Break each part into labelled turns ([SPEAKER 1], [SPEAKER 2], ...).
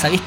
[SPEAKER 1] sabéis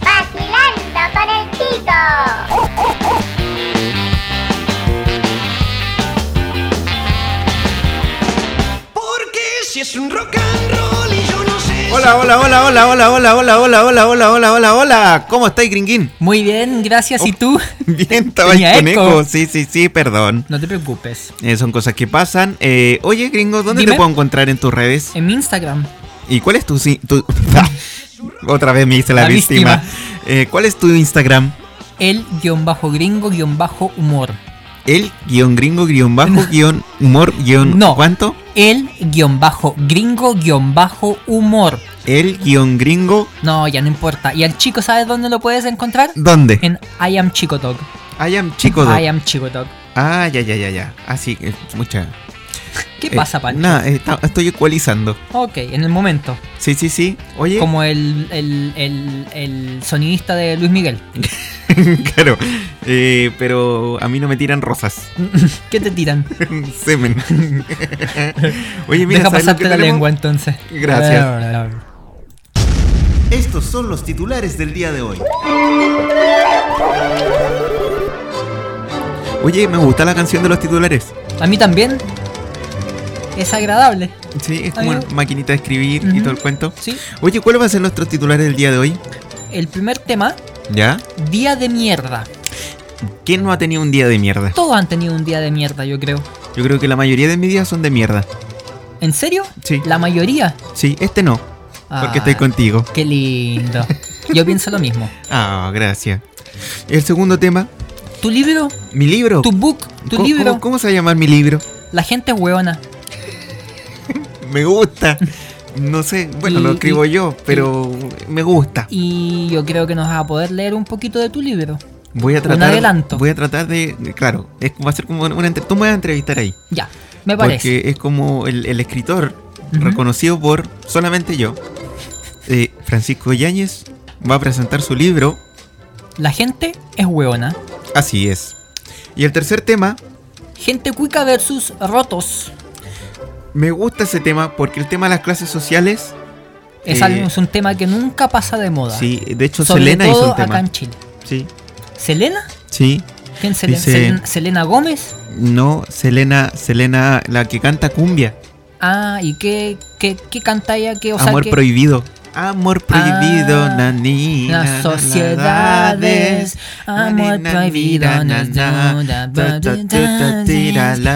[SPEAKER 2] Vacilando con el chico.
[SPEAKER 3] Porque si es un rock and roll y yo no sé.
[SPEAKER 4] Hola, hola, hola, hola, hola, hola, hola, hola, hola, hola, hola, hola, hola. ¿Cómo estáis, Gringuín?
[SPEAKER 1] Muy bien, gracias. ¿Y tú?
[SPEAKER 4] Bien, estaba ahí
[SPEAKER 1] Tenía
[SPEAKER 4] con
[SPEAKER 1] eco.
[SPEAKER 4] eco. Sí, sí, sí, perdón.
[SPEAKER 1] No te preocupes.
[SPEAKER 4] Eh, son cosas que pasan. Eh, oye, gringo, ¿dónde
[SPEAKER 1] Dime.
[SPEAKER 4] te puedo encontrar en tus redes?
[SPEAKER 1] En mi Instagram,
[SPEAKER 4] ¿Y cuál es tu... si- tu- Otra vez me hice la,
[SPEAKER 1] La
[SPEAKER 4] víctima.
[SPEAKER 1] víctima.
[SPEAKER 4] Eh, ¿Cuál es tu Instagram?
[SPEAKER 1] el guión bajo gringo guión bajo humor.
[SPEAKER 4] El guión gringo guión bajo guión humor guión...
[SPEAKER 1] No.
[SPEAKER 4] ¿Cuánto?
[SPEAKER 1] El guión bajo gringo guión bajo humor.
[SPEAKER 4] El guión gringo...
[SPEAKER 1] No, ya no importa. ¿Y al chico sabes dónde lo puedes encontrar?
[SPEAKER 4] ¿Dónde?
[SPEAKER 1] En I am Chico Dog.
[SPEAKER 4] I am chico. Dog.
[SPEAKER 1] I am Chico Dog.
[SPEAKER 4] Ah, ya, ya, ya, ya. Así, que mucha...
[SPEAKER 1] ¿Qué
[SPEAKER 4] eh,
[SPEAKER 1] pasa, Pancho?
[SPEAKER 4] Nada, eh, ta- estoy ecualizando.
[SPEAKER 1] Ok, en el momento.
[SPEAKER 4] Sí, sí, sí. Oye...
[SPEAKER 1] Como el, el, el, el sonidista de Luis Miguel.
[SPEAKER 4] claro. Eh, pero a mí no me tiran rosas.
[SPEAKER 1] ¿Qué te tiran?
[SPEAKER 4] Semen. Oye, mira,
[SPEAKER 1] Deja
[SPEAKER 4] ¿sabes lo que
[SPEAKER 1] pasarte la
[SPEAKER 4] tenemos?
[SPEAKER 1] lengua entonces.
[SPEAKER 4] Gracias.
[SPEAKER 5] Estos son los titulares del día de hoy.
[SPEAKER 4] Oye, me gusta la canción de los titulares.
[SPEAKER 1] A mí también. Es agradable,
[SPEAKER 4] Sí, es como
[SPEAKER 1] Ay,
[SPEAKER 4] una maquinita de escribir y
[SPEAKER 1] Ujú.
[SPEAKER 4] todo el cuento.
[SPEAKER 1] ¿sí?
[SPEAKER 4] Oye, ¿cuál va a ser nuestros titulares del día de hoy?
[SPEAKER 1] El primer tema,
[SPEAKER 4] ¿Ya?
[SPEAKER 1] día de mierda.
[SPEAKER 4] ¿Quién no ha tenido un día de mierda?
[SPEAKER 1] Todos han tenido un día de mierda, yo creo.
[SPEAKER 4] Yo creo que la mayoría de mis días son de mierda.
[SPEAKER 1] ¿En serio?
[SPEAKER 4] Sí.
[SPEAKER 1] La mayoría.
[SPEAKER 4] Sí, este no,
[SPEAKER 1] Ah,
[SPEAKER 4] porque estoy contigo.
[SPEAKER 1] Qué lindo. Yo pienso lo mismo.
[SPEAKER 4] Ah, gracias. El segundo tema,
[SPEAKER 1] Tu libro,
[SPEAKER 4] mi libro.
[SPEAKER 1] tu book, tu
[SPEAKER 4] Oh. ¿Cómo-
[SPEAKER 1] libro.
[SPEAKER 4] ¿Cómo, cómo se va a llamar mi libro?
[SPEAKER 1] La gente es hueona.
[SPEAKER 4] Me gusta. No sé, bueno, lo
[SPEAKER 1] Y-
[SPEAKER 4] escribo
[SPEAKER 1] y-
[SPEAKER 4] yo, pero me gusta.
[SPEAKER 1] Y yo creo que nos vas a poder leer un poquito de tu libro.
[SPEAKER 4] Voy a
[SPEAKER 1] un
[SPEAKER 4] tratar.
[SPEAKER 1] adelanto.
[SPEAKER 4] Voy a tratar de. Claro, es, va a ser como una. entre- Tú me vas a entrevistar ahí.
[SPEAKER 1] Ya, me parece.
[SPEAKER 4] Porque es como el, el escritor
[SPEAKER 1] Ujú.
[SPEAKER 4] reconocido por solamente yo. eh, Francisco Yáñez va a presentar su libro.
[SPEAKER 1] La gente es hueona.
[SPEAKER 4] Así es. Y el tercer tema,
[SPEAKER 1] Gente cuica versus rotos.
[SPEAKER 4] me gusta ese tema porque el tema de las clases sociales.
[SPEAKER 1] Es,
[SPEAKER 4] Eh,
[SPEAKER 1] algo, es un tema que nunca pasa de moda.
[SPEAKER 4] Sí, de hecho
[SPEAKER 1] Sobre
[SPEAKER 4] Selena
[SPEAKER 1] todo
[SPEAKER 4] hizo un
[SPEAKER 1] acá
[SPEAKER 4] tema.
[SPEAKER 1] en Chile.
[SPEAKER 4] Sí,
[SPEAKER 1] ¿Selena?
[SPEAKER 4] sí.
[SPEAKER 1] ¿Quién Selena?
[SPEAKER 4] Dice-
[SPEAKER 1] Selena? ¿Selena Gómez?
[SPEAKER 4] No, Selena, Selena, la que canta cumbia.
[SPEAKER 1] Ah, ¿y qué, qué, qué canta ella? ¿Qué, o sea,
[SPEAKER 4] Amor
[SPEAKER 1] qué-
[SPEAKER 4] prohibido. Amor prohibido,
[SPEAKER 1] Ah,
[SPEAKER 4] nani.
[SPEAKER 1] Las sociedades, amor prohibido, nos duda, ba-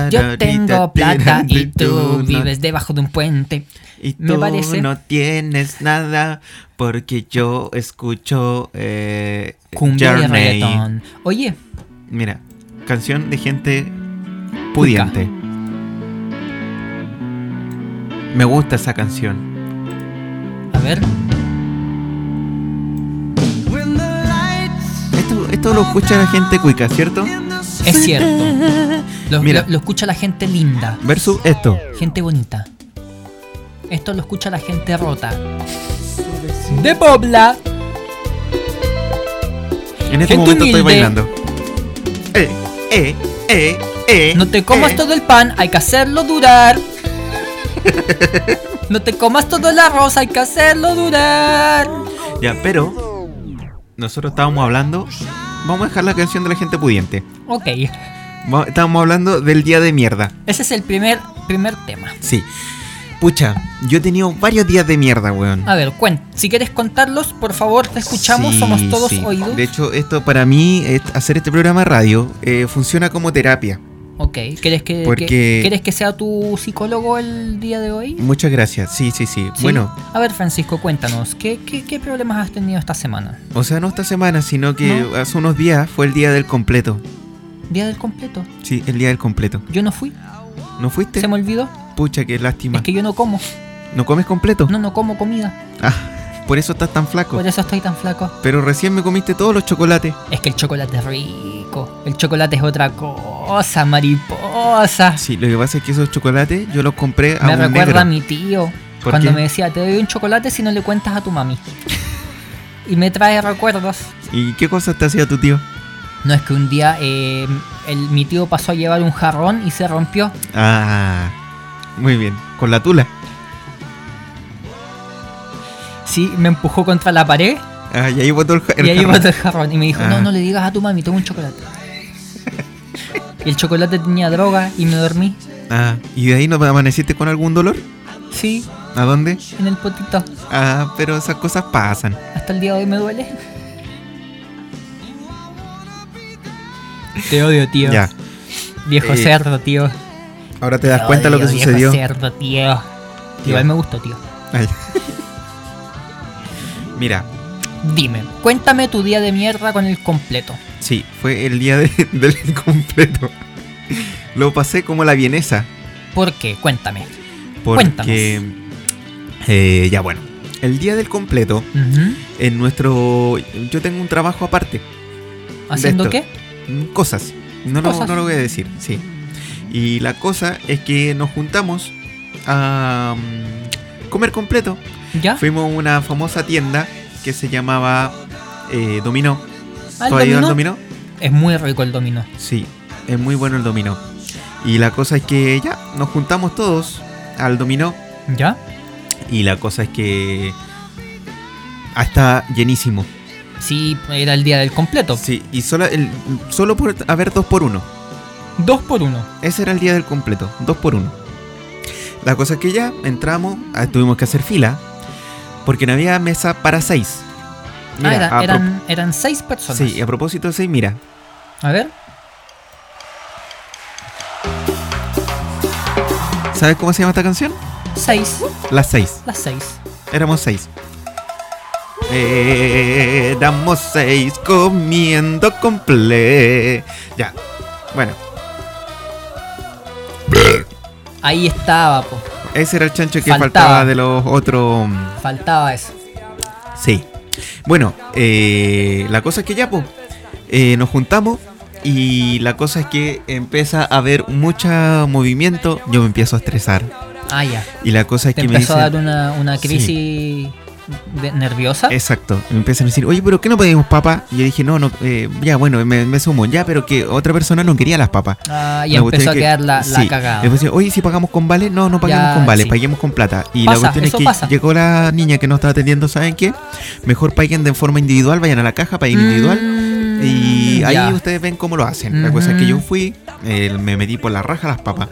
[SPEAKER 1] yo tengo plata y tú vives debajo de un puente.
[SPEAKER 4] Y tú
[SPEAKER 1] Me parece.
[SPEAKER 4] no tienes nada porque yo escucho eh,
[SPEAKER 1] Cumbia de
[SPEAKER 4] Journey.
[SPEAKER 1] reggaetón. Oye,
[SPEAKER 4] Mira, canción de gente pudiente. Me gusta esa canción.
[SPEAKER 1] a ver,
[SPEAKER 3] When the lights
[SPEAKER 4] Esto, esto lo escucha la gente cuica, ¿cierto?
[SPEAKER 3] in the sun-
[SPEAKER 1] es cierto. Lo,
[SPEAKER 4] Mira.
[SPEAKER 1] lo- lo escucha la gente linda,
[SPEAKER 4] Versus esto.
[SPEAKER 1] gente bonita. Esto lo escucha la gente rota. De Pobla.
[SPEAKER 4] En este
[SPEAKER 1] Gente
[SPEAKER 4] momento estoy
[SPEAKER 1] humilde.
[SPEAKER 4] bailando. Eh, eh, eh, eh.
[SPEAKER 1] No te comas
[SPEAKER 4] eh.
[SPEAKER 1] todo el pan, hay que hacerlo durar. No te comas todo el arroz, hay que hacerlo durar.
[SPEAKER 4] Ya, pero nosotros estábamos hablando. Vamos a dejar la canción de la gente pudiente.
[SPEAKER 1] Ok,
[SPEAKER 4] Va- Estábamos hablando del día de mierda.
[SPEAKER 1] ese es el primer, primer tema.
[SPEAKER 4] Sí. Pucha, yo he tenido varios días de mierda, weón.
[SPEAKER 1] A ver, cuen, si quieres contarlos, por favor, te escuchamos,
[SPEAKER 4] Sí,
[SPEAKER 1] somos todos
[SPEAKER 4] sí.
[SPEAKER 1] oídos.
[SPEAKER 4] De hecho, esto para mí, es- hacer este programa de radio, eh, funciona como terapia.
[SPEAKER 1] Ok, ¿quieres que,
[SPEAKER 4] Porque-
[SPEAKER 1] que- ¿quieres que sea tu psicólogo el día de hoy?
[SPEAKER 4] Muchas gracias, sí, sí, sí.
[SPEAKER 1] ¿Sí?
[SPEAKER 4] Mm, Bueno,
[SPEAKER 1] A ver, Francisco, cuéntanos, ¿qué, qué, qué problemas has tenido esta semana?
[SPEAKER 4] o sea, no esta semana, sino que
[SPEAKER 1] No.
[SPEAKER 4] hace unos días fue el día del completo.
[SPEAKER 1] Día del completo.
[SPEAKER 4] Sí, el día del completo.
[SPEAKER 1] Yo no fui,
[SPEAKER 4] ¿No fuiste?
[SPEAKER 1] se me olvidó.
[SPEAKER 4] Pucha, qué lástima.
[SPEAKER 1] Es que yo no como,
[SPEAKER 4] ¿No comes completo?
[SPEAKER 1] no, no como comida.
[SPEAKER 4] Ah, por eso estás tan flaco.
[SPEAKER 1] Por eso estoy tan flaco.
[SPEAKER 4] Pero recién me comiste todos los chocolates.
[SPEAKER 1] Es que el chocolate es rico. El chocolate es otra cosa, mariposa.
[SPEAKER 4] Sí, lo que pasa es que esos chocolates yo los compré a
[SPEAKER 1] Ah. Me
[SPEAKER 4] un
[SPEAKER 1] recuerda
[SPEAKER 4] negro.
[SPEAKER 1] a mi tío
[SPEAKER 4] ¿Por
[SPEAKER 1] cuando
[SPEAKER 4] qué?
[SPEAKER 1] me decía, te doy un chocolate si no le cuentas a tu mami. y me trae recuerdos.
[SPEAKER 4] ¿Y qué cosas te hacía tu tío?
[SPEAKER 1] No es que un día eh, el- mi tío pasó a llevar un jarrón y se rompió.
[SPEAKER 4] Ah, muy bien. Con la tula.
[SPEAKER 1] Sí, me empujó contra la pared
[SPEAKER 4] Ah, y ahí botó el, ja- el
[SPEAKER 1] y ahí
[SPEAKER 4] jarrón.
[SPEAKER 1] botó el jarrón. Y me dijo,
[SPEAKER 4] Ah.
[SPEAKER 1] no, no le digas a tu mami, toma un chocolate. y el chocolate tenía droga y me dormí.
[SPEAKER 4] Ah, ¿y de ahí no amaneciste con algún dolor?
[SPEAKER 1] Sí,
[SPEAKER 4] ¿A dónde?
[SPEAKER 1] en el potito.
[SPEAKER 4] Ah, pero esas cosas pasan.
[SPEAKER 1] Hasta el día de hoy me duele. Te odio, tío.
[SPEAKER 4] Ya.
[SPEAKER 1] Viejo
[SPEAKER 4] Eh,
[SPEAKER 1] cerdo, tío.
[SPEAKER 4] Ahora te das cuenta
[SPEAKER 1] odio,
[SPEAKER 4] lo que
[SPEAKER 1] viejo
[SPEAKER 4] sucedió.
[SPEAKER 1] cerdo, tío.
[SPEAKER 4] Tío.
[SPEAKER 1] Igual me gustó, tío.
[SPEAKER 4] Ay. Mira,
[SPEAKER 1] Dime, cuéntame tu día de mierda con el completo.
[SPEAKER 4] sí, fue el día de- del completo. Lo pasé como la vienesa.
[SPEAKER 1] ¿Por qué? Cuéntame.
[SPEAKER 4] Porque. eh, ya bueno. El día del completo,
[SPEAKER 1] Ujú.
[SPEAKER 4] en nuestro. Yo tengo un trabajo aparte.
[SPEAKER 1] ¿Haciendo
[SPEAKER 4] esto.
[SPEAKER 1] qué?
[SPEAKER 4] mm, Cosas. No, lo-
[SPEAKER 1] Cosas.
[SPEAKER 4] no lo voy a decir, sí. Y la cosa es que nos juntamos a mm, comer completo.
[SPEAKER 1] ¿Ya?
[SPEAKER 4] Fuimos a una famosa tienda que se llamaba eh, Dominó.
[SPEAKER 1] Ah, el
[SPEAKER 4] ¿Tú has ido al
[SPEAKER 1] dominó.
[SPEAKER 4] Dominó?
[SPEAKER 1] Es muy rico el dominó.
[SPEAKER 4] Sí, es muy bueno el dominó. Y la cosa es que ya, nos juntamos todos al dominó.
[SPEAKER 1] ¿Ya?
[SPEAKER 4] Y la cosa es que. Ah, está llenísimo.
[SPEAKER 1] Sí, era el día del completo.
[SPEAKER 4] Sí, y solo, el- solo por haber dos por uno.
[SPEAKER 1] Dos por uno.
[SPEAKER 4] Ese era el día del completo, dos por uno. La cosa es que ya entramos, ah, tuvimos que hacer fila, porque no había mesa para seis.
[SPEAKER 1] ah, era-
[SPEAKER 4] a pro-
[SPEAKER 1] eran, eran seis personas.
[SPEAKER 4] sí, eh. a propósito de seis, mira,
[SPEAKER 1] A ver.
[SPEAKER 4] ¿sabes cómo se llama esta canción?
[SPEAKER 1] Seis.
[SPEAKER 4] Las seis,
[SPEAKER 1] Las seis.
[SPEAKER 4] éramos seis. Éramos seis comiendo comple. Ya, bueno,
[SPEAKER 1] Ahí estaba, po.
[SPEAKER 4] ese era el chancho que
[SPEAKER 1] Faltaba.
[SPEAKER 4] faltaba de los otros. mm,
[SPEAKER 1] Faltaba eso.
[SPEAKER 4] Sí. Bueno, eh, la cosa es que ya, po, eh, nos juntamos y la cosa es que empieza a haber mucho movimiento. Yo me empiezo a estresar.
[SPEAKER 1] Ah, ya.
[SPEAKER 4] Y la cosa es
[SPEAKER 1] Te
[SPEAKER 4] que me
[SPEAKER 1] empezó
[SPEAKER 4] dicen.
[SPEAKER 1] a dar una, una
[SPEAKER 4] Sí.
[SPEAKER 1] crisis de- nerviosa.
[SPEAKER 4] Exacto. Me empiezan a decir, oye, pero ¿qué no pedimos papas? Y yo dije, no, no, eh, ya, bueno, me, me sumo, ya, pero que otra persona no quería las papas.
[SPEAKER 1] Ah, y
[SPEAKER 4] La cuestión
[SPEAKER 1] empezó
[SPEAKER 4] es
[SPEAKER 1] a
[SPEAKER 4] que-
[SPEAKER 1] quedar la, la
[SPEAKER 4] sí.
[SPEAKER 1] cagada.
[SPEAKER 4] Después decían, oye, si pagamos con vale, no, no pagamos
[SPEAKER 1] Ya,
[SPEAKER 4] con vale,
[SPEAKER 1] sí.
[SPEAKER 4] paguemos con plata. Y la
[SPEAKER 1] Pasa,
[SPEAKER 4] cuestión es
[SPEAKER 1] eso
[SPEAKER 4] que
[SPEAKER 1] pasa.
[SPEAKER 4] llegó la niña que nos estaba atendiendo, ¿saben qué? Mejor paguen de forma individual, vayan a la caja, paguen individual.
[SPEAKER 1] Mm,
[SPEAKER 4] Y ahí
[SPEAKER 1] ya.
[SPEAKER 4] ustedes ven cómo lo hacen. La cosa es que
[SPEAKER 1] Ujú.
[SPEAKER 4] yo fui, eh, me metí por la raja las papas.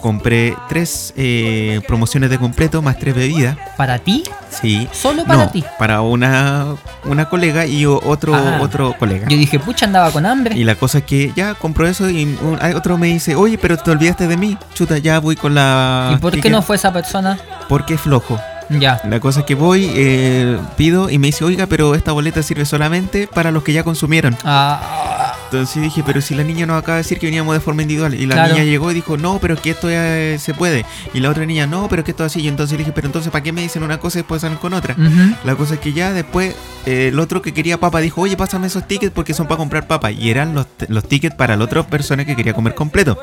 [SPEAKER 4] Compré tres eh, promociones de completo más tres bebidas.
[SPEAKER 1] ¿Para ti?
[SPEAKER 4] Sí.
[SPEAKER 1] ¿Solo para
[SPEAKER 4] No,
[SPEAKER 1] ti?
[SPEAKER 4] Para una, una colega y o- otro,
[SPEAKER 1] Ah.
[SPEAKER 4] otro colega.
[SPEAKER 1] Yo dije, pucha, andaba con hambre.
[SPEAKER 4] Y la cosa es que ya compró eso y un- hay otro me dice, oye, pero te olvidaste de mí. Chuta, ya voy con la...
[SPEAKER 1] ¿Y por qué
[SPEAKER 4] ticket".
[SPEAKER 1] no fue esa persona?
[SPEAKER 4] Porque es flojo.
[SPEAKER 1] Ya.
[SPEAKER 4] La cosa es que voy, eh, pido y me dice, oiga, pero esta boleta sirve solamente para los que ya consumieron.
[SPEAKER 1] Ah,
[SPEAKER 4] Entonces dije, pero si la niña nos acaba de decir que veníamos de forma individual. Y la
[SPEAKER 1] Claro.
[SPEAKER 4] niña llegó y dijo, no, pero es que esto ya eh, se puede. Y la otra niña, no, pero es que esto así. Y entonces le dije, pero entonces, ¿para qué me dicen una cosa y después salen con otra?
[SPEAKER 1] ujú.
[SPEAKER 4] La cosa es que ya después eh, el otro que quería papa dijo, oye, pásame esos tickets porque son para comprar papa. Y eran los, t- los tickets para la otra persona que quería comer completo.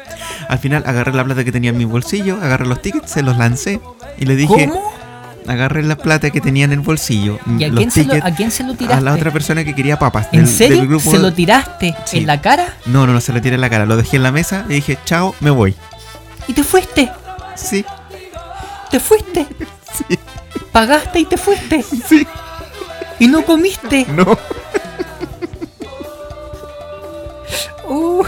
[SPEAKER 4] Al final agarré la plata que tenía en mi bolsillo, agarré los tickets, se los lancé. Y le dije,
[SPEAKER 1] ¿Cómo?
[SPEAKER 4] agarré la plata que tenía en el bolsillo,
[SPEAKER 1] ¿Y a
[SPEAKER 4] los
[SPEAKER 1] quién, se lo,
[SPEAKER 4] tickets,
[SPEAKER 1] a quién se lo
[SPEAKER 4] a,
[SPEAKER 1] tiraste?
[SPEAKER 4] la otra persona que quería papas.
[SPEAKER 1] ¿En
[SPEAKER 4] del-
[SPEAKER 1] serio?
[SPEAKER 4] del grupo-
[SPEAKER 1] ¿Se lo tiraste
[SPEAKER 4] Sí.
[SPEAKER 1] en la cara
[SPEAKER 4] No, no, no se lo tiré en la cara. Lo dejé en la mesa y dije, chao, me voy.
[SPEAKER 1] y te fuiste?
[SPEAKER 4] Sí,
[SPEAKER 1] ¿Te fuiste?
[SPEAKER 4] sí,
[SPEAKER 1] ¿Pagaste y te fuiste?
[SPEAKER 4] sí,
[SPEAKER 1] ¿Y no comiste?
[SPEAKER 4] no.
[SPEAKER 1] Uh,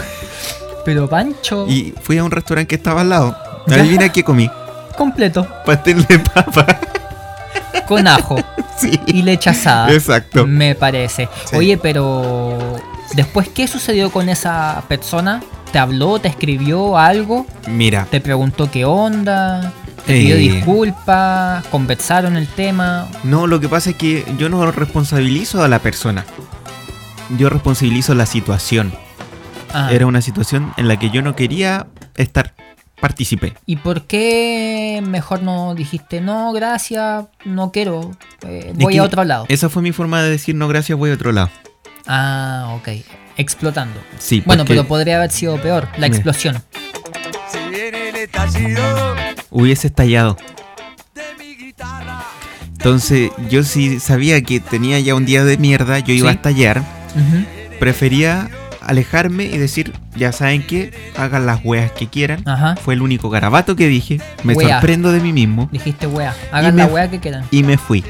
[SPEAKER 1] pero Pancho, Uh.
[SPEAKER 4] Y fui a un restaurante que estaba al lado.
[SPEAKER 1] Ya.
[SPEAKER 4] Adivina qué comí.
[SPEAKER 1] completo
[SPEAKER 4] Pastel de papa.
[SPEAKER 1] con ajo
[SPEAKER 4] Sí.
[SPEAKER 1] y leche asada.
[SPEAKER 4] Exacto.
[SPEAKER 1] Me parece.
[SPEAKER 4] Sí.
[SPEAKER 1] Oye, pero después, ¿qué sucedió con esa persona? ¿Te habló, te escribió algo?
[SPEAKER 4] Mira,
[SPEAKER 1] ¿Te preguntó qué onda? ¿Te pidió
[SPEAKER 4] Eh.
[SPEAKER 1] disculpas? ¿Conversaron el tema?
[SPEAKER 4] no, lo que pasa es que yo no responsabilizo a la persona. Yo responsabilizo la situación.
[SPEAKER 1] Ah,
[SPEAKER 4] Era una situación en la que yo no quería estar. Participé.
[SPEAKER 1] ¿Y por qué mejor no dijiste, no, gracias, no quiero, eh,
[SPEAKER 4] Es
[SPEAKER 1] voy
[SPEAKER 4] que
[SPEAKER 1] a otro lado?
[SPEAKER 4] Esa fue mi forma de decir no gracias, voy a otro lado.
[SPEAKER 1] Ah, ok. Explotando.
[SPEAKER 4] Sí,
[SPEAKER 1] Bueno,
[SPEAKER 4] porque
[SPEAKER 1] pero podría haber sido peor, la
[SPEAKER 4] Mira.
[SPEAKER 1] explosión.
[SPEAKER 4] hubiese estallado. Entonces, yo sí sabía que tenía ya un día de mierda, yo iba
[SPEAKER 1] Sí.
[SPEAKER 4] a estallar.
[SPEAKER 1] Ujú.
[SPEAKER 4] Prefería alejarme y decir, ya saben que hagan las weas que quieran.
[SPEAKER 1] Ajá.
[SPEAKER 4] Fue el único garabato que dije. Me
[SPEAKER 1] Wea.
[SPEAKER 4] sorprendo de mí mismo.
[SPEAKER 1] Dijiste, wea, hagan
[SPEAKER 4] Y
[SPEAKER 1] la
[SPEAKER 4] me-
[SPEAKER 1] wea que quieran.
[SPEAKER 4] Y me fui.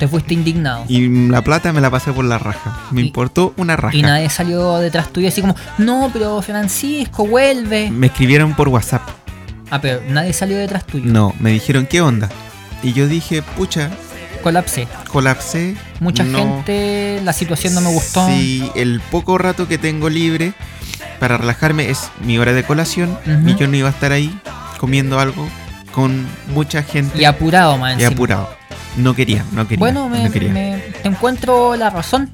[SPEAKER 1] Te fuiste indignado. Y,
[SPEAKER 4] Y la plata me la pasé por la raja. Me
[SPEAKER 1] Y-
[SPEAKER 4] importó una raja.
[SPEAKER 1] nadie salió detrás tuyo así como, no, pero Francisco, vuelve.
[SPEAKER 4] Me escribieron por WhatsApp.
[SPEAKER 1] Ah, pero nadie salió detrás tuyo.
[SPEAKER 4] No, me dijeron, ¿qué onda? Y yo dije, pucha,
[SPEAKER 1] Colapsé.
[SPEAKER 4] colapsé.
[SPEAKER 1] Mucha
[SPEAKER 4] no-
[SPEAKER 1] gente, la situación no me gustó.
[SPEAKER 4] Sí, el poco rato que tengo libre para relajarme es mi hora de colación
[SPEAKER 1] Ujú.
[SPEAKER 4] y yo no iba a estar ahí comiendo algo con mucha gente
[SPEAKER 1] Y apurado, man.
[SPEAKER 4] y apurado. No quería, no quería.
[SPEAKER 1] Bueno, me,
[SPEAKER 4] no quería.
[SPEAKER 1] me- te encuentro la razón.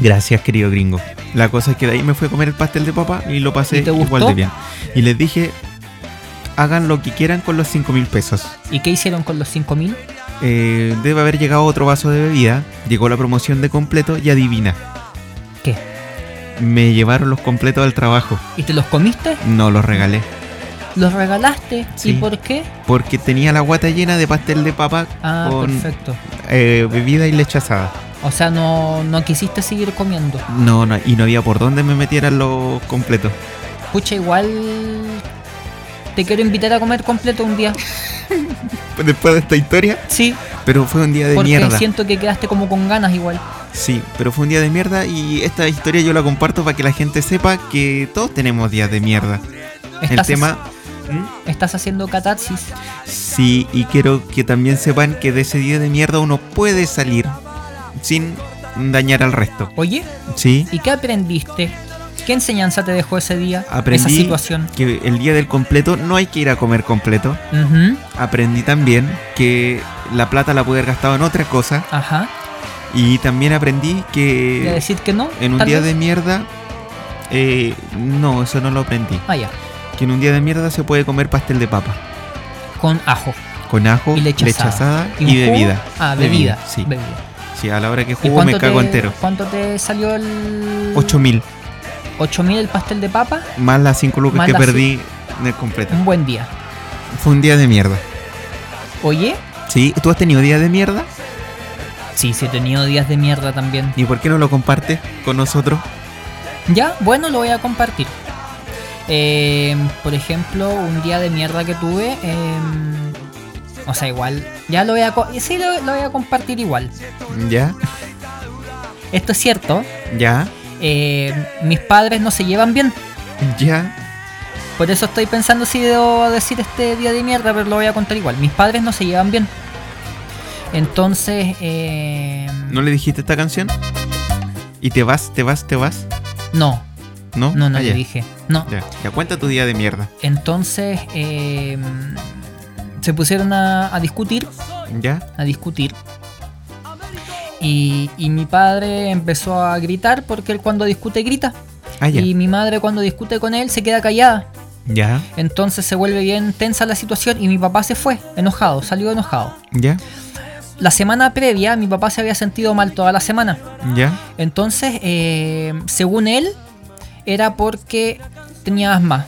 [SPEAKER 4] Gracias, querido gringo. La cosa es que de ahí me fui a comer el pastel de papa y lo pasé
[SPEAKER 1] ¿Y te
[SPEAKER 4] igual
[SPEAKER 1] gustó?
[SPEAKER 4] de bien. Y les dije, hagan lo que quieran con los 5 mil pesos.
[SPEAKER 1] ¿Y qué hicieron con los 5000?
[SPEAKER 4] Eh, debe haber llegado otro vaso de bebida, llegó la promoción de completo y adivina.
[SPEAKER 1] ¿Qué?
[SPEAKER 4] Me llevaron los completos al trabajo,
[SPEAKER 1] ¿Y te los comiste?
[SPEAKER 4] no los regalé.
[SPEAKER 1] ¿Los regalaste?
[SPEAKER 4] Sí.
[SPEAKER 1] ¿Y por qué?
[SPEAKER 4] Porque tenía la guata llena de pastel de papa
[SPEAKER 1] Ah,
[SPEAKER 4] con
[SPEAKER 1] perfecto.
[SPEAKER 4] eh, bebida y leche asada.
[SPEAKER 1] O sea, no, no quisiste seguir comiendo.
[SPEAKER 4] No, no, y no había por dónde me metieran los completos.
[SPEAKER 1] Pucha, igual te quiero invitar a comer completo un día.
[SPEAKER 4] Después de esta historia,
[SPEAKER 1] Sí,
[SPEAKER 4] pero fue un día de
[SPEAKER 1] porque
[SPEAKER 4] mierda.
[SPEAKER 1] siento que quedaste como con ganas igual.
[SPEAKER 4] Sí, pero fue un día de mierda y esta historia yo la comparto para que la gente sepa que todos tenemos días de mierda. El
[SPEAKER 1] Estás,
[SPEAKER 4] tema, ¿Mm?
[SPEAKER 1] estás haciendo catarsis.
[SPEAKER 4] sí, y quiero que también sepan que de ese día de mierda uno puede salir sin dañar al resto.
[SPEAKER 1] Oye,
[SPEAKER 4] Sí.
[SPEAKER 1] ¿y qué aprendiste? ¿Qué enseñanza te dejó ese día? Esa
[SPEAKER 4] Aprendí
[SPEAKER 1] situación.
[SPEAKER 4] que el día del completo no hay que ir a comer completo.
[SPEAKER 1] Ujú,
[SPEAKER 4] Aprendí también que la plata la pude haber gastado en otra cosa.
[SPEAKER 1] Ajá.
[SPEAKER 4] Y también aprendí
[SPEAKER 1] ¿Y a
[SPEAKER 4] que
[SPEAKER 1] decir que no?
[SPEAKER 4] en un
[SPEAKER 1] tal
[SPEAKER 4] día de
[SPEAKER 1] vez?
[SPEAKER 4] mierda... eh, no, eso no lo aprendí.
[SPEAKER 1] Ah, ya.
[SPEAKER 4] Que en un día de mierda se puede comer pastel de papa.
[SPEAKER 1] Con ajo.
[SPEAKER 4] Con ajo,
[SPEAKER 1] Y
[SPEAKER 4] leche,
[SPEAKER 1] leche
[SPEAKER 4] asada,
[SPEAKER 1] un
[SPEAKER 4] y,
[SPEAKER 1] jugo?
[SPEAKER 4] bebida.
[SPEAKER 1] Ah, bebida.
[SPEAKER 4] Sí.
[SPEAKER 1] bebida.
[SPEAKER 4] sí, a la hora que
[SPEAKER 1] ¿Y
[SPEAKER 4] jugo me
[SPEAKER 1] cuánto
[SPEAKER 4] cago
[SPEAKER 1] te-
[SPEAKER 4] entero.
[SPEAKER 1] ¿Cuánto te salió el.
[SPEAKER 4] 8000,
[SPEAKER 1] 8000 el pastel de papa?
[SPEAKER 4] más las 5 lucas
[SPEAKER 1] Más
[SPEAKER 4] que
[SPEAKER 1] las
[SPEAKER 4] perdí en el completo.
[SPEAKER 1] Un buen día.
[SPEAKER 4] Fue un día de mierda.
[SPEAKER 1] Oye,
[SPEAKER 4] Sí, ¿tú has tenido día de mierda?
[SPEAKER 1] sí, sí he tenido días de mierda también.
[SPEAKER 4] ¿Y por qué no lo compartes con nosotros?
[SPEAKER 1] Ya, bueno, lo voy a compartir. Eh, por ejemplo, un día de mierda que tuve. eh, o sea, igual. Ya lo voy a. co- Sí, lo, lo voy a compartir igual.
[SPEAKER 4] ¿Ya?
[SPEAKER 1] Esto es cierto.
[SPEAKER 4] ¿Ya?
[SPEAKER 1] eh, mis padres no se llevan bien.
[SPEAKER 4] ¿Ya?
[SPEAKER 1] Por eso estoy pensando si debo decir este día de mierda, pero lo voy a contar igual. Mis padres no se llevan bien. Entonces. eh,
[SPEAKER 4] ¿No le dijiste esta canción? ¿Y te vas, te vas, te vas?
[SPEAKER 1] no,
[SPEAKER 4] ¿No?
[SPEAKER 1] no, no
[SPEAKER 4] Ah,
[SPEAKER 1] le
[SPEAKER 4] ya.
[SPEAKER 1] dije. No,
[SPEAKER 4] Ya. ya cuenta tu día de mierda.
[SPEAKER 1] Entonces eh, se pusieron a, a discutir,
[SPEAKER 4] ¿Ya?
[SPEAKER 1] a discutir. Y, y mi padre empezó a gritar porque él cuando discute grita.
[SPEAKER 4] Ah, ya.
[SPEAKER 1] Y mi madre cuando discute con él se queda callada.
[SPEAKER 4] ¿Ya?
[SPEAKER 1] Entonces se vuelve bien tensa la situación y mi papá se fue, enojado, salió enojado.
[SPEAKER 4] ¿Ya?
[SPEAKER 1] La semana previa mi papá se había sentido mal toda la semana.
[SPEAKER 4] ¿Ya?
[SPEAKER 1] Entonces, eh, según él, era porque tenía asma.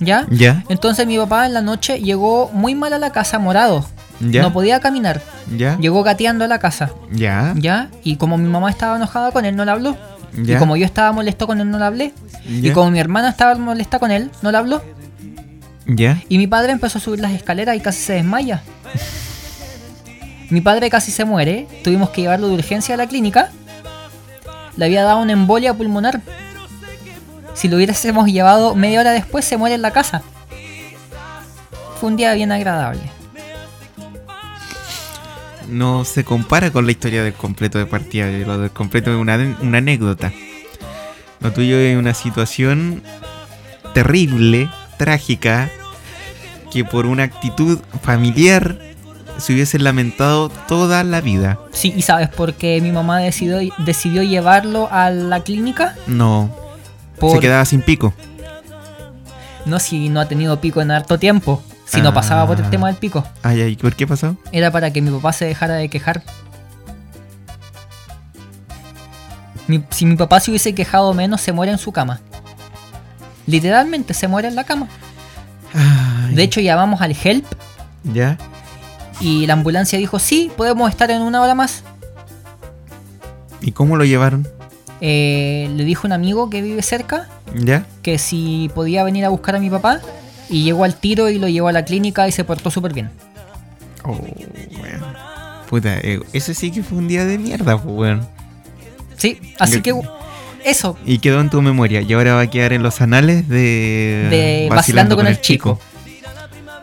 [SPEAKER 1] ¿Ya?
[SPEAKER 4] ¿Ya?
[SPEAKER 1] Entonces mi papá en la noche llegó muy mal a la casa, morado.
[SPEAKER 4] ¿Ya?
[SPEAKER 1] No podía caminar.
[SPEAKER 4] ¿Ya?
[SPEAKER 1] Llegó gateando a la casa,
[SPEAKER 4] ¿Ya?
[SPEAKER 1] ¿ya? Y como mi mamá estaba enojada con él, no le habló.
[SPEAKER 4] ¿Ya?
[SPEAKER 1] Y como yo estaba molesto con él, no le hablé. Y
[SPEAKER 4] ¿Ya?
[SPEAKER 1] como mi hermana estaba molesta con él, no le habló.
[SPEAKER 4] ¿Ya?
[SPEAKER 1] Y mi padre empezó a subir las escaleras y casi se desmaya. mi padre casi se muere. Tuvimos que llevarlo de urgencia a la clínica. Le había dado una embolia pulmonar. Si lo hubiésemos llevado media hora después, se muere en la casa. Fue un día bien agradable.
[SPEAKER 4] No se compara con la historia del completo de partida. Lo del completo es una, una anécdota. Lo tuyo es una situación terrible, trágica, que por una actitud familiar se hubiese lamentado toda la vida.
[SPEAKER 1] Sí, ¿y sabes por qué mi mamá decidió, decidió llevarlo a la clínica?
[SPEAKER 4] No,
[SPEAKER 1] Por,
[SPEAKER 4] se quedaba sin pico.
[SPEAKER 1] No si no ha tenido pico en harto tiempo, si no pasaba por el
[SPEAKER 4] Ah.
[SPEAKER 1] tema del pico.
[SPEAKER 4] Ay, ay, ¿por qué pasó?
[SPEAKER 1] Era para que mi papá se dejara de quejar. Mi- si mi papá se hubiese quejado menos, se muere en su cama. Literalmente se muere en la cama.
[SPEAKER 4] Ay,
[SPEAKER 1] De hecho, llamamos al help
[SPEAKER 4] ¿Ya?
[SPEAKER 1] y la ambulancia dijo, sí, podemos estar en una hora más.
[SPEAKER 4] ¿Y cómo lo llevaron?
[SPEAKER 1] Eh, le dijo un amigo que vive cerca
[SPEAKER 4] ¿Ya?
[SPEAKER 1] que si podía venir a buscar a mi papá y llegó al tiro y lo llevó a la clínica y se portó súper bien.
[SPEAKER 4] Oh, weón. Puta, eh, ese sí que fue un día de mierda, pues, weón.
[SPEAKER 1] Sí, así que
[SPEAKER 4] Yo-
[SPEAKER 1] eso,
[SPEAKER 4] Y quedó en tu memoria. Y ahora va a quedar en los anales de.
[SPEAKER 1] de vacilando, con, el chico.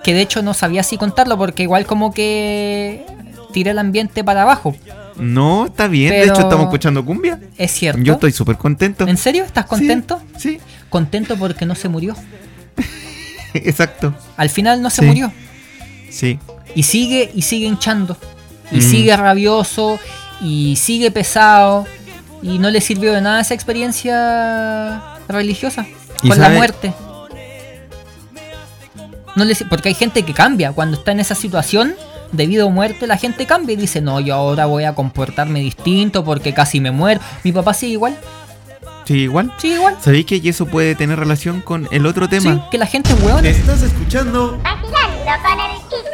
[SPEAKER 1] Que de hecho no sabía si contarlo porque igual como que tira el ambiente para abajo.
[SPEAKER 4] No, está bien. De
[SPEAKER 1] Pero-
[SPEAKER 4] hecho, estamos escuchando cumbia.
[SPEAKER 1] Es cierto.
[SPEAKER 4] Yo estoy súper contento.
[SPEAKER 1] ¿En serio estás contento?
[SPEAKER 4] Sí,
[SPEAKER 1] Contento porque no se murió.
[SPEAKER 4] sí, exacto.
[SPEAKER 1] Al final no se
[SPEAKER 4] Sí.
[SPEAKER 1] murió.
[SPEAKER 4] Sí.
[SPEAKER 1] Y sigue y sigue hinchando. Y
[SPEAKER 4] Mm.
[SPEAKER 1] sigue rabioso. Y sigue pesado. Y no le sirvió de nada esa experiencia religiosa.
[SPEAKER 4] ¿Y
[SPEAKER 1] Con la
[SPEAKER 4] sabe-
[SPEAKER 1] muerte. No le, sir- porque hay gente que cambia. Cuando está en esa situación, debido a muerte, la gente cambia y dice, no, yo ahora voy a comportarme distinto porque casi me muero. Mi papá sigue igual,
[SPEAKER 4] Sí, igual.
[SPEAKER 1] sigue igual.
[SPEAKER 4] ¿Sabéis que y eso puede tener relación con el otro tema?
[SPEAKER 1] Sí, que la gente es hueona.
[SPEAKER 5] Estás escuchando
[SPEAKER 2] Vacilando con el chico.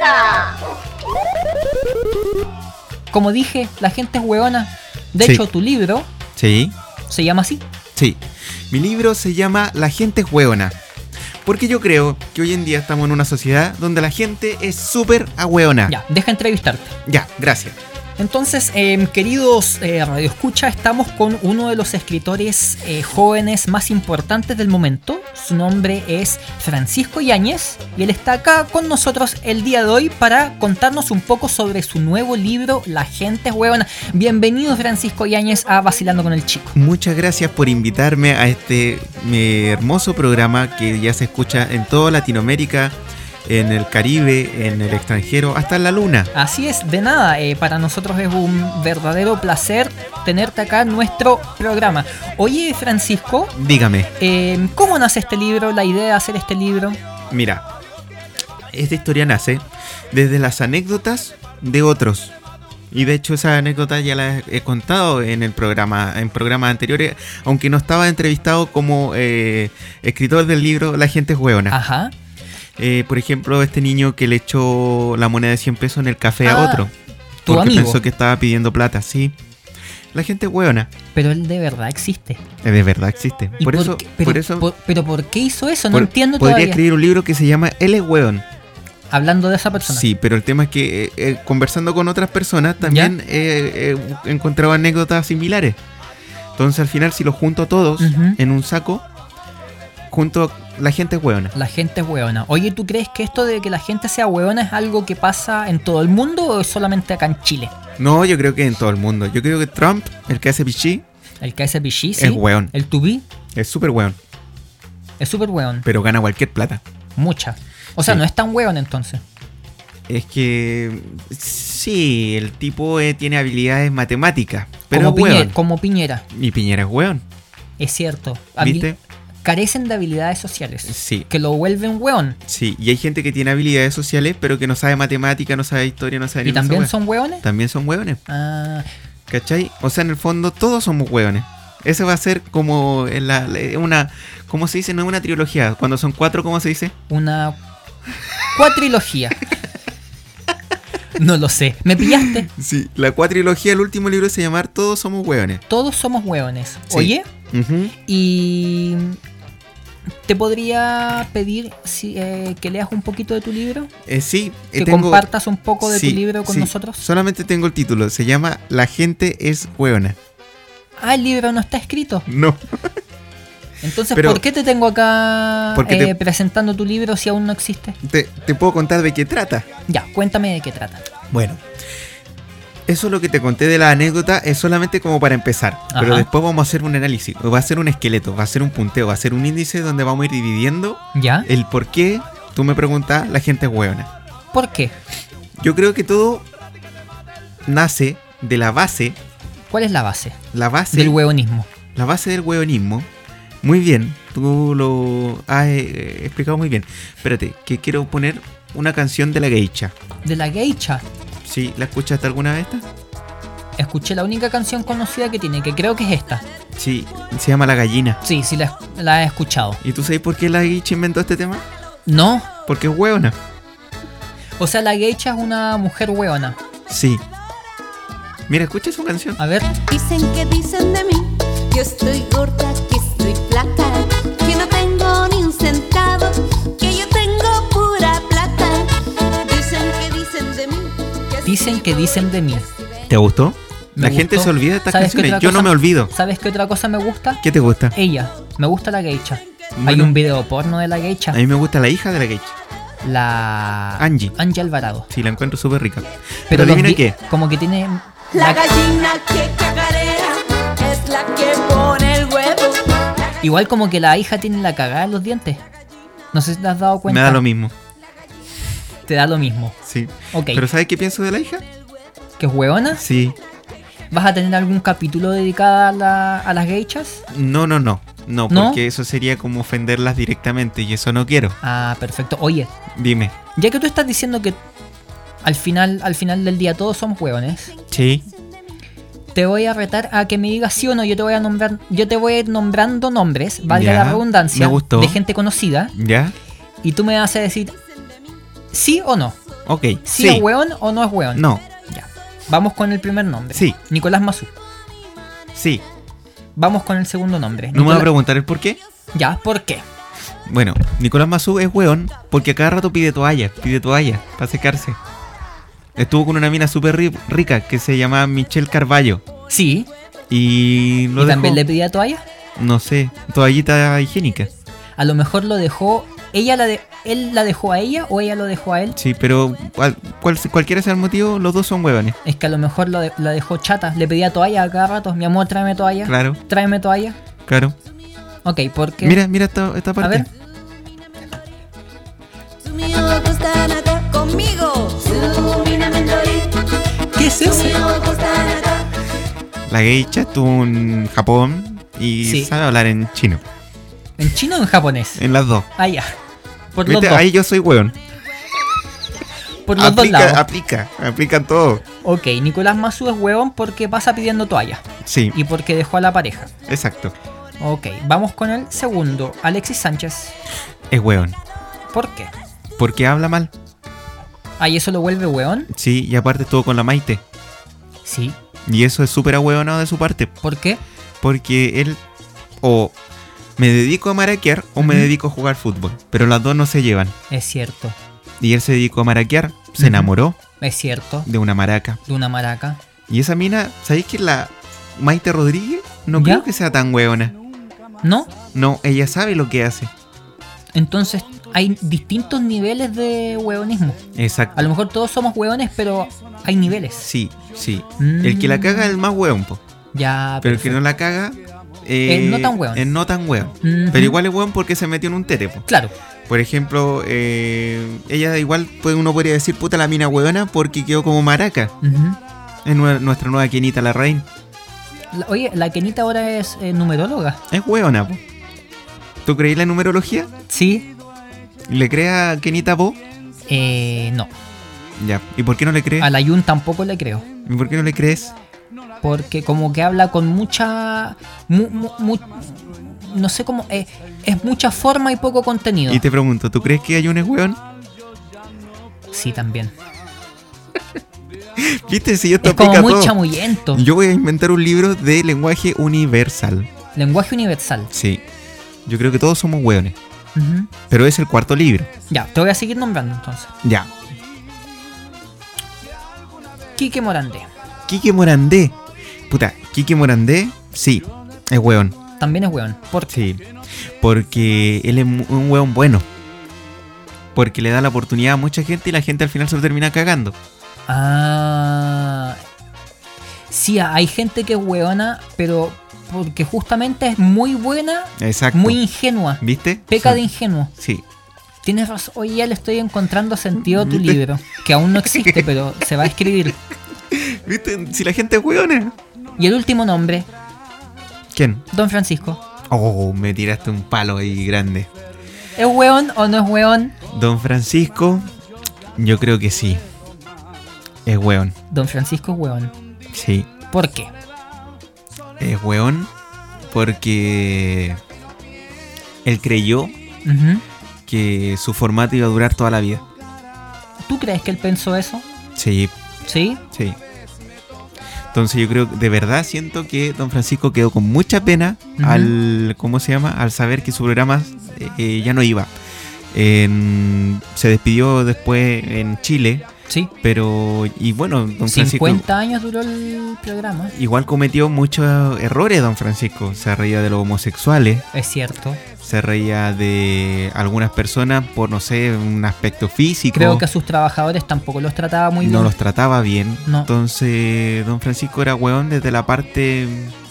[SPEAKER 1] Como dije, la gente es hueona. De
[SPEAKER 4] Sí.
[SPEAKER 1] hecho, tu libro
[SPEAKER 4] Sí.
[SPEAKER 1] se llama así.
[SPEAKER 4] Sí, mi libro se llama La gente es hueona. Porque yo creo que hoy en día estamos en una sociedad donde la gente es súper ahueona.
[SPEAKER 1] Ya, deja entrevistarte.
[SPEAKER 4] Ya, gracias.
[SPEAKER 1] Entonces, eh, queridos eh, Radio Escucha, estamos con uno de los escritores eh, jóvenes más importantes del momento. Su nombre es Francisco Yáñez y él está acá con nosotros el día de hoy para contarnos un poco sobre su nuevo libro, La gente es huevona. Bienvenido, Francisco Yáñez, a Vacilando con el Chico.
[SPEAKER 4] Muchas gracias por invitarme a este eh, hermoso programa que ya se escucha en toda Latinoamérica, en el Caribe, en el extranjero, hasta en la luna.
[SPEAKER 1] Así es, de nada, eh, para nosotros es un verdadero placer tenerte acá en nuestro programa. Oye, Francisco,
[SPEAKER 4] Dígame,
[SPEAKER 1] eh, ¿cómo nace este libro, la idea de hacer este libro?
[SPEAKER 4] mira, esta historia nace desde las anécdotas de otros. Y de hecho esa anécdota ya la he contado en el programa, en programas anteriores, aunque no estaba entrevistado como eh, escritor del libro La gente es hueona.
[SPEAKER 1] Ajá.
[SPEAKER 4] Eh, por ejemplo, este niño que le echó la moneda de 100 pesos en el café
[SPEAKER 1] Ah,
[SPEAKER 4] a otro.
[SPEAKER 1] tu
[SPEAKER 4] porque
[SPEAKER 1] amigo.
[SPEAKER 4] pensó que estaba pidiendo plata, sí. La gente es hueona.
[SPEAKER 1] Pero él de verdad existe.
[SPEAKER 4] Eh, De verdad existe.
[SPEAKER 1] ¿Y
[SPEAKER 4] Por eso,
[SPEAKER 1] qué- pero,
[SPEAKER 4] por eso
[SPEAKER 1] por- pero ¿por qué hizo eso? No
[SPEAKER 4] por-
[SPEAKER 1] entiendo
[SPEAKER 4] podría
[SPEAKER 1] todavía.
[SPEAKER 4] escribir un libro que se llama Él es hueón.
[SPEAKER 1] Hablando de esa persona.
[SPEAKER 4] Sí, pero el tema es que eh, eh, conversando con otras personas también eh, eh, encontraba anécdotas similares. Entonces al final si los junto a todos
[SPEAKER 1] Ujú.
[SPEAKER 4] en un saco, junto la gente es hueona.
[SPEAKER 1] La gente es hueona. Oye, ¿tú crees que esto de que la gente sea hueona es algo que pasa en todo el mundo o es solamente acá en Chile?
[SPEAKER 4] No, yo creo que en todo el mundo. Yo creo que Trump, el que hace pichí,
[SPEAKER 1] El KSPG, sí.
[SPEAKER 4] Es hueón.
[SPEAKER 1] El Tubi
[SPEAKER 4] es súper hueón,
[SPEAKER 1] es súper hueón.
[SPEAKER 4] pero gana cualquier plata.
[SPEAKER 1] Mucha. O sea,
[SPEAKER 4] Sí.
[SPEAKER 1] no es tan hueón entonces.
[SPEAKER 4] Es que sí, el tipo eh, tiene habilidades matemáticas, pero
[SPEAKER 1] como,
[SPEAKER 4] es
[SPEAKER 1] Piñera,
[SPEAKER 4] hueón.
[SPEAKER 1] como Piñera.
[SPEAKER 4] Y Piñera es hueón,
[SPEAKER 1] Es cierto. Habil-
[SPEAKER 4] ¿viste?
[SPEAKER 1] Carecen de habilidades sociales.
[SPEAKER 4] Sí.
[SPEAKER 1] Que lo vuelven hueón.
[SPEAKER 4] Sí, y hay gente que tiene habilidades sociales, pero que no sabe matemática, no sabe historia, no sabe
[SPEAKER 1] ¿Y
[SPEAKER 4] ninguna
[SPEAKER 1] también
[SPEAKER 4] wea.
[SPEAKER 1] son hueones?
[SPEAKER 4] También son hueones,
[SPEAKER 1] Ah,
[SPEAKER 4] ¿cachai? O sea, en el fondo todos somos hueones. Eso va a ser como en la, la- una, ¿cómo se dice? No es una trilogía. Cuando son cuatro, ¿cómo se dice?
[SPEAKER 1] una cuatrilogía. No lo sé. Me pillaste.
[SPEAKER 4] Sí, la cuatrilogía, el último libro se llama Todos somos hueones.
[SPEAKER 1] Todos somos hueones.
[SPEAKER 4] Sí.
[SPEAKER 1] Oye,
[SPEAKER 4] Ujú.
[SPEAKER 1] y te podría pedir si, eh, que leas un poquito de tu libro,
[SPEAKER 4] Eh, sí, eh,
[SPEAKER 1] que compartas un poco de
[SPEAKER 4] sí,
[SPEAKER 1] tu libro con
[SPEAKER 4] sí.
[SPEAKER 1] nosotros.
[SPEAKER 4] Solamente tengo el título. Se llama La gente es hueona.
[SPEAKER 1] Ah, el libro no está escrito.
[SPEAKER 4] No.
[SPEAKER 1] Entonces,
[SPEAKER 4] Pero-
[SPEAKER 1] ¿por qué te tengo acá
[SPEAKER 4] Porque te-
[SPEAKER 1] eh, presentando tu libro si aún no existe?
[SPEAKER 4] Te, te puedo contar de qué trata.
[SPEAKER 1] Ya, cuéntame de qué trata.
[SPEAKER 4] Bueno, eso es lo que te conté de la anécdota, es solamente como para empezar. Pero
[SPEAKER 1] Ajá.
[SPEAKER 4] después vamos a hacer un análisis, o va a ser un esqueleto, va a ser un punteo, va a ser un índice donde vamos a ir dividiendo
[SPEAKER 1] ¿Ya?
[SPEAKER 4] el por qué tú me preguntas, la gente es hueona.
[SPEAKER 1] ¿Por qué?
[SPEAKER 4] Yo creo que todo nace de la base,
[SPEAKER 1] ¿Cuál es la base
[SPEAKER 4] la base
[SPEAKER 1] del hueonismo?
[SPEAKER 4] la base del hueonismo. Muy bien, tú lo has eh, explicado muy bien. Espérate, que quiero poner una canción de la geisha.
[SPEAKER 1] De la geisha.
[SPEAKER 4] ¿Sí? ¿La escuchaste alguna vez esta?
[SPEAKER 1] Escuché la única canción conocida que tiene, que creo que es esta.
[SPEAKER 4] Sí, se llama La Gallina.
[SPEAKER 1] Sí, sí, la, la he escuchado.
[SPEAKER 4] ¿Y tú sabes por qué la geisha inventó este tema?
[SPEAKER 1] ¿No?
[SPEAKER 4] Porque es hueona.
[SPEAKER 1] O sea, la geisha es una mujer hueona.
[SPEAKER 4] Sí. Mira, escucha su canción.
[SPEAKER 1] A ver,
[SPEAKER 6] Dicen que dicen de mí, yo estoy gorda, que estoy flaca, que no tengo ni un centavo, que yo tengo pura plata. Dicen que dicen de mí. que
[SPEAKER 1] Dicen que
[SPEAKER 6] estoy
[SPEAKER 1] dicen de mí.
[SPEAKER 6] gorda,
[SPEAKER 4] ¿Te gustó?
[SPEAKER 1] Me
[SPEAKER 4] la gente
[SPEAKER 1] gustó.
[SPEAKER 4] se olvida de estas
[SPEAKER 1] ¿Sabes qué
[SPEAKER 4] canciones.
[SPEAKER 1] otra
[SPEAKER 4] Yo no
[SPEAKER 1] cosa?
[SPEAKER 4] me olvido.
[SPEAKER 1] ¿sabes qué otra cosa me gusta?
[SPEAKER 4] ¿Qué te gusta?
[SPEAKER 1] Ella. Me gusta la geisha. Hay
[SPEAKER 4] Bueno.
[SPEAKER 1] un video porno de la geisha.
[SPEAKER 4] A mí me gusta la hija de la geisha.
[SPEAKER 1] La...
[SPEAKER 4] Angie.
[SPEAKER 1] Angie Alvarado.
[SPEAKER 4] Sí, la encuentro súper rica.
[SPEAKER 1] Ah. Pero
[SPEAKER 4] Pero,
[SPEAKER 1] los
[SPEAKER 4] adivina
[SPEAKER 1] vi-
[SPEAKER 4] qué.
[SPEAKER 1] Como que tiene...
[SPEAKER 6] La
[SPEAKER 1] la-
[SPEAKER 6] gallina que cagarea es la que pone el huevo.
[SPEAKER 1] Igual como que la hija tiene la cagada en los dientes. No sé si te has dado cuenta.
[SPEAKER 4] Me da lo mismo.
[SPEAKER 1] Te da lo mismo.
[SPEAKER 4] Sí.
[SPEAKER 1] Ok.
[SPEAKER 4] ¿Pero sabes qué pienso de la hija?
[SPEAKER 1] ¿Qué hueonas?
[SPEAKER 4] Sí.
[SPEAKER 1] ¿Vas a tener algún capítulo dedicado a, la- a las geichas?
[SPEAKER 4] No, no, no. No,
[SPEAKER 1] ¿No?
[SPEAKER 4] porque eso sería como ofenderlas directamente y eso no quiero.
[SPEAKER 1] Ah, perfecto. Oye,
[SPEAKER 4] Dime.
[SPEAKER 1] ya que tú estás diciendo que al final, al final del día todos somos hueones,
[SPEAKER 4] Sí.
[SPEAKER 1] te voy a retar a que me digas sí o no. Yo te voy a nombrar, yo te voy a ir nombrando nombres, valga
[SPEAKER 4] Ya,
[SPEAKER 1] la redundancia,
[SPEAKER 4] me gustó.
[SPEAKER 1] de gente conocida,
[SPEAKER 4] ¿Ya?
[SPEAKER 1] y tú me vas a decir sí o no.
[SPEAKER 4] Ok.
[SPEAKER 1] Si
[SPEAKER 4] Sí.
[SPEAKER 1] es hueón o no es hueón.
[SPEAKER 4] No.
[SPEAKER 1] Ya. Vamos con el primer nombre.
[SPEAKER 4] Sí.
[SPEAKER 1] Nicolás Mazú.
[SPEAKER 4] Sí.
[SPEAKER 1] Vamos con el segundo nombre.
[SPEAKER 4] No me vas
[SPEAKER 1] Nicolás-
[SPEAKER 4] a preguntar el por qué.
[SPEAKER 1] Ya, ¿por qué?
[SPEAKER 4] Bueno, Nicolás Mazú es weón porque a cada rato pide toalla, pide toalla para secarse. Estuvo con una mina súper ri- rica que se llamaba Michelle Carballo.
[SPEAKER 1] Sí.
[SPEAKER 4] Y lo
[SPEAKER 1] y también le
[SPEAKER 4] dejó,
[SPEAKER 1] pedía toalla.
[SPEAKER 4] no sé, toallita higiénica.
[SPEAKER 1] A lo mejor lo dejó. Ella la de, él la dejó a ella o ella lo dejó a él.
[SPEAKER 4] Sí, pero cual- cual- cualquiera sea el motivo, los dos son huevones.
[SPEAKER 1] Es que a lo mejor lo de- la dejó chata. Le pedía toalla a cada rato. Mi amor, tráeme toalla.
[SPEAKER 4] Claro,
[SPEAKER 1] Tráeme toalla.
[SPEAKER 4] claro.
[SPEAKER 1] Ok, porque.
[SPEAKER 4] Mira, mira esta, esta parte.
[SPEAKER 1] ver.
[SPEAKER 6] Tú me gustan acá conmigo. Tú mina mentorí.
[SPEAKER 1] ¿Qué es
[SPEAKER 6] Tú
[SPEAKER 1] eso?
[SPEAKER 6] me gustan acá.
[SPEAKER 4] La geisha estuvo en Japón y
[SPEAKER 1] Sí.
[SPEAKER 4] sabe hablar en chino.
[SPEAKER 1] ¿En chino o en japonés?
[SPEAKER 4] En las dos.
[SPEAKER 1] Ah, ya. Por los
[SPEAKER 4] Eh. ¿Viste?
[SPEAKER 1] dos.
[SPEAKER 4] Ahí yo soy hueón.
[SPEAKER 1] Por los dos lados.
[SPEAKER 4] Aplica, aplica, aplica todo.
[SPEAKER 1] Ok, Nicolás Masu es huevón porque pasa pidiendo toalla.
[SPEAKER 4] Sí,
[SPEAKER 1] Y porque dejó a la pareja.
[SPEAKER 4] exacto.
[SPEAKER 1] Ok, vamos con el segundo. Alexis Sánchez.
[SPEAKER 4] Es hueón.
[SPEAKER 1] ¿Por qué?
[SPEAKER 4] Porque habla mal.
[SPEAKER 1] Ah, ¿y eso lo vuelve hueón?
[SPEAKER 4] Sí, y aparte estuvo con la Maite.
[SPEAKER 1] Sí.
[SPEAKER 4] Y eso es súper ahueonado de su parte.
[SPEAKER 1] ¿Por qué?
[SPEAKER 4] Porque él o me dedico a maraquear o me
[SPEAKER 1] Ujú.
[SPEAKER 4] dedico a jugar fútbol. Pero las dos no se llevan.
[SPEAKER 1] Es cierto.
[SPEAKER 4] Y él se dedicó a maraquear. Se
[SPEAKER 1] Ujú.
[SPEAKER 4] enamoró
[SPEAKER 1] Es cierto.
[SPEAKER 4] de una maraca.
[SPEAKER 1] De una maraca.
[SPEAKER 4] Y esa mina, ¿sabéis que la Maite Rodríguez? No
[SPEAKER 1] ¿Ya?
[SPEAKER 4] creo que sea tan hueona.
[SPEAKER 1] ¿No?
[SPEAKER 4] No, ella sabe lo que hace.
[SPEAKER 1] Entonces hay distintos niveles de hueonismo. A
[SPEAKER 4] Exacto.
[SPEAKER 1] lo mejor todos somos hueones, pero hay niveles.
[SPEAKER 4] Sí, sí.
[SPEAKER 1] Mm.
[SPEAKER 4] El que la caga es el más hueón, po.
[SPEAKER 1] Ya,
[SPEAKER 4] Pero el que no la caga... eh,
[SPEAKER 1] Es no tan Mm. hueón.
[SPEAKER 4] Es no tan hueón.
[SPEAKER 1] Ujú.
[SPEAKER 4] Pero igual es hueón porque se metió en un tete, po.
[SPEAKER 1] Claro,
[SPEAKER 4] Por ejemplo, eh, ella igual puede, uno podría decir puta la mina huevona porque quedó como maraca.
[SPEAKER 1] Ujú.
[SPEAKER 4] Es nue- nuestra nueva Kenita la reina.
[SPEAKER 1] La- oye, la Kenita ahora es eh, numeróloga.
[SPEAKER 4] Es huevona, po. ¿Tú creí la numerología?
[SPEAKER 1] Sí,
[SPEAKER 4] ¿Le crees a Kenita Po?
[SPEAKER 1] eh, no.
[SPEAKER 4] Ya. ¿Y por qué no le crees?
[SPEAKER 1] A la Yun tampoco le creo.
[SPEAKER 4] ¿Y por qué no le crees?
[SPEAKER 1] Porque como que habla con mucha... mu- mu- mu- no sé cómo... eh, es mucha forma y poco contenido.
[SPEAKER 4] Y te pregunto, ¿tú crees que hay un hueón?
[SPEAKER 1] Sí, también.
[SPEAKER 4] Viste, si esto
[SPEAKER 1] Es como
[SPEAKER 4] aplica a
[SPEAKER 1] muy
[SPEAKER 4] todo.
[SPEAKER 1] chamullento.
[SPEAKER 4] Yo voy a inventar un libro de lenguaje universal.
[SPEAKER 1] Lenguaje universal.
[SPEAKER 4] Sí. Yo creo que todos somos hueones.
[SPEAKER 1] Ujú.
[SPEAKER 4] Pero es el cuarto libro.
[SPEAKER 1] Ya, te voy a seguir nombrando entonces.
[SPEAKER 4] Ya.
[SPEAKER 1] Quique Morandé.
[SPEAKER 4] Quique Morandé. Puta, Quique Morandé, sí, es hueón.
[SPEAKER 1] también es weón. Por
[SPEAKER 4] Sí, porque él es mu- un weón bueno. Porque le da la oportunidad a mucha gente y la gente al final se lo termina cagando.
[SPEAKER 1] Ah. Sí, hay gente que es weona, pero porque justamente es muy buena,
[SPEAKER 4] Exacto.
[SPEAKER 1] muy ingenua.
[SPEAKER 4] ¿Viste?
[SPEAKER 1] Peca
[SPEAKER 4] Sí.
[SPEAKER 1] de ingenuo.
[SPEAKER 4] Sí.
[SPEAKER 1] Tienes razón, hoy ya le estoy encontrando sentido a
[SPEAKER 4] Mm,
[SPEAKER 1] tu libro, que aún no existe, pero se va a escribir.
[SPEAKER 4] ¿Viste? Si la gente es weona.
[SPEAKER 1] Y el último nombre,
[SPEAKER 4] ¿Quién?
[SPEAKER 1] Don Francisco.
[SPEAKER 4] Oh, me tiraste un palo ahí grande.
[SPEAKER 1] ¿Es weón o no es weón?
[SPEAKER 4] Don Francisco, yo creo que sí. Es weón.
[SPEAKER 1] Don Francisco es weón.
[SPEAKER 4] Sí.
[SPEAKER 1] ¿Por qué?
[SPEAKER 4] Es weón porque él creyó
[SPEAKER 1] Ujú.
[SPEAKER 4] que su formato iba a durar toda la vida.
[SPEAKER 1] ¿Tú crees que él pensó eso?
[SPEAKER 4] Sí,
[SPEAKER 1] ¿Sí?
[SPEAKER 4] Sí. Entonces yo creo que de verdad siento que Don Francisco quedó con mucha pena
[SPEAKER 1] Ujú.
[SPEAKER 4] al ¿cómo se llama? al saber que su programa eh, eh, ya no iba. En- se despidió después en Chile,
[SPEAKER 1] Sí.
[SPEAKER 4] pero y bueno, Don Francisco
[SPEAKER 1] 50 años duró el programa.
[SPEAKER 4] igual cometió muchos errores Don Francisco, se reía de los homosexuales,
[SPEAKER 1] Es cierto.
[SPEAKER 4] se reía de algunas personas por no sé, un aspecto físico.
[SPEAKER 1] Creo que a sus trabajadores tampoco los trataba muy
[SPEAKER 4] Oh. no
[SPEAKER 1] bien.
[SPEAKER 4] los trataba bien.
[SPEAKER 1] No.
[SPEAKER 4] Entonces, don Francisco era weón desde la parte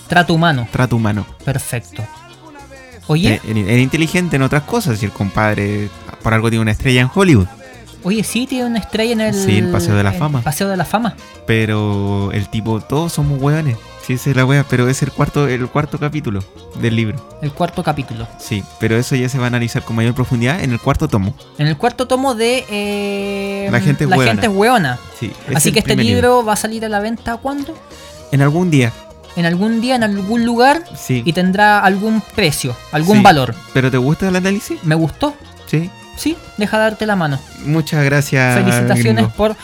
[SPEAKER 1] Trato humano.
[SPEAKER 4] trato humano.
[SPEAKER 1] Perfecto. Oye,
[SPEAKER 4] Eh, Era, era inteligente en otras cosas. Y el compadre, por algo, tiene una estrella en Hollywood.
[SPEAKER 1] oye, sí, tiene una estrella en el...
[SPEAKER 4] Sí, el Paseo de la
[SPEAKER 1] el
[SPEAKER 4] Fama.
[SPEAKER 1] Paseo de la Fama.
[SPEAKER 4] Pero el tipo, todos somos weones. Sí, esa es la wea. Pero es el cuarto, el cuarto capítulo del libro.
[SPEAKER 1] El cuarto capítulo.
[SPEAKER 4] Sí, pero eso ya se va a analizar con mayor profundidad en el cuarto tomo.
[SPEAKER 1] En el cuarto tomo de... eh,
[SPEAKER 4] La gente es
[SPEAKER 1] la
[SPEAKER 4] hueona.
[SPEAKER 1] gente es hueona.
[SPEAKER 4] Sí, es
[SPEAKER 1] Así
[SPEAKER 4] el
[SPEAKER 1] que este
[SPEAKER 4] primer
[SPEAKER 1] libro, va a salir a la venta ¿cuándo?
[SPEAKER 4] En algún día.
[SPEAKER 1] En algún día, en algún lugar.
[SPEAKER 4] Sí.
[SPEAKER 1] Y tendrá algún precio, algún
[SPEAKER 4] Sí.
[SPEAKER 1] valor.
[SPEAKER 4] ¿Pero te gusta el análisis?
[SPEAKER 1] ¿Me gustó?
[SPEAKER 4] Sí.
[SPEAKER 1] Sí, deja darte la mano.
[SPEAKER 4] Muchas gracias.
[SPEAKER 1] Felicitaciones
[SPEAKER 4] Ah, gringo.
[SPEAKER 1] por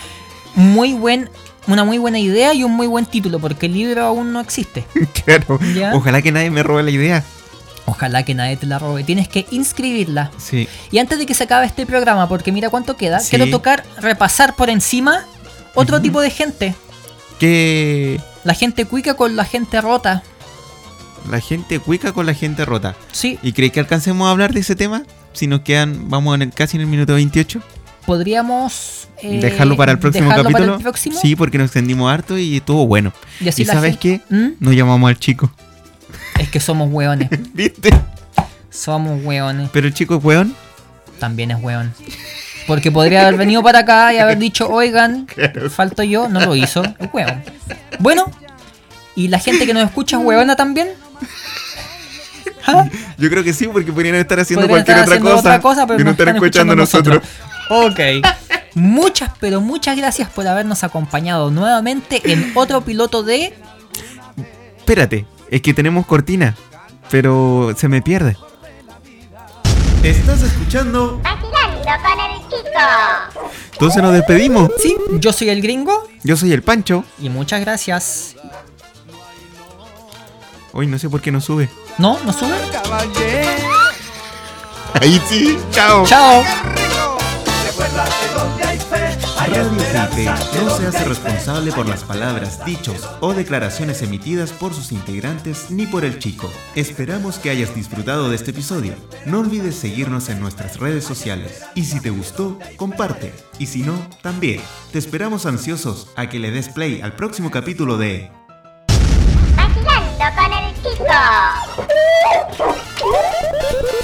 [SPEAKER 1] muy buen, una muy buena idea y un muy buen título, porque el libro aún no existe.
[SPEAKER 4] Claro.
[SPEAKER 1] ¿Ya?
[SPEAKER 4] Ojalá que nadie me robe la idea.
[SPEAKER 1] Ojalá que nadie te la robe. Tienes que inscribirla.
[SPEAKER 4] Sí.
[SPEAKER 1] Y antes de que se acabe este programa, porque mira cuánto queda,
[SPEAKER 4] Sí.
[SPEAKER 1] quiero tocar, repasar por encima otro tipo de gente.
[SPEAKER 4] Que
[SPEAKER 1] La gente cuica con la gente rota.
[SPEAKER 4] la gente cuica con la gente rota.
[SPEAKER 1] Sí,
[SPEAKER 4] ¿Y crees que alcancemos a hablar de ese tema? Si nos quedan, vamos en el- casi en el minuto 28.
[SPEAKER 1] podríamos... eh,
[SPEAKER 4] dejarlo para el próximo
[SPEAKER 1] dejarlo para
[SPEAKER 4] capítulo.
[SPEAKER 1] el próximo.
[SPEAKER 4] Sí, porque nos extendimos harto y estuvo bueno.
[SPEAKER 1] Y así
[SPEAKER 4] ¿Y
[SPEAKER 1] la
[SPEAKER 4] sabes
[SPEAKER 1] gente-
[SPEAKER 4] qué?
[SPEAKER 1] ¿Mm?
[SPEAKER 4] Nos llamamos al chico.
[SPEAKER 1] Es que somos hueones.
[SPEAKER 4] ¿Viste?
[SPEAKER 1] Somos hueones.
[SPEAKER 4] Pero el chico es weón.
[SPEAKER 1] También es hueón. Porque podría haber venido para acá y haber dicho, oigan, falto yo, no lo hizo. Es hueón. Bueno, y la gente que nos escucha es hueona también. ¿Ah?
[SPEAKER 4] Yo creo que sí, porque podrían estar haciendo
[SPEAKER 1] Podrían
[SPEAKER 4] cualquier
[SPEAKER 1] estar
[SPEAKER 4] otra,
[SPEAKER 1] haciendo
[SPEAKER 4] cosa
[SPEAKER 1] pero
[SPEAKER 4] que no
[SPEAKER 1] nos
[SPEAKER 4] están escuchando, nosotros.
[SPEAKER 1] Ok. Muchas, pero muchas gracias por habernos acompañado nuevamente en otro piloto de...
[SPEAKER 4] Espérate, es que tenemos cortina, pero se me pierde.
[SPEAKER 5] Estás escuchando
[SPEAKER 2] Vacilando con el chico.
[SPEAKER 4] Entonces nos despedimos.
[SPEAKER 1] Sí, yo soy el gringo
[SPEAKER 4] Yo soy el Pancho.
[SPEAKER 1] y muchas gracias.
[SPEAKER 4] Hoy no sé por qué no sube.
[SPEAKER 1] ¿No? ¿No sube?
[SPEAKER 4] Ahí sí, chao.
[SPEAKER 1] Chao.
[SPEAKER 5] Radio Felipe no se hace responsable por las palabras, dichos o declaraciones emitidas por sus integrantes ni por el chico. Esperamos que hayas disfrutado de este episodio. No olvides seguirnos en nuestras redes sociales. Y si te gustó, comparte. Y si no, también. Te esperamos ansiosos a que le des play al próximo capítulo de
[SPEAKER 2] Vacilando con el chico.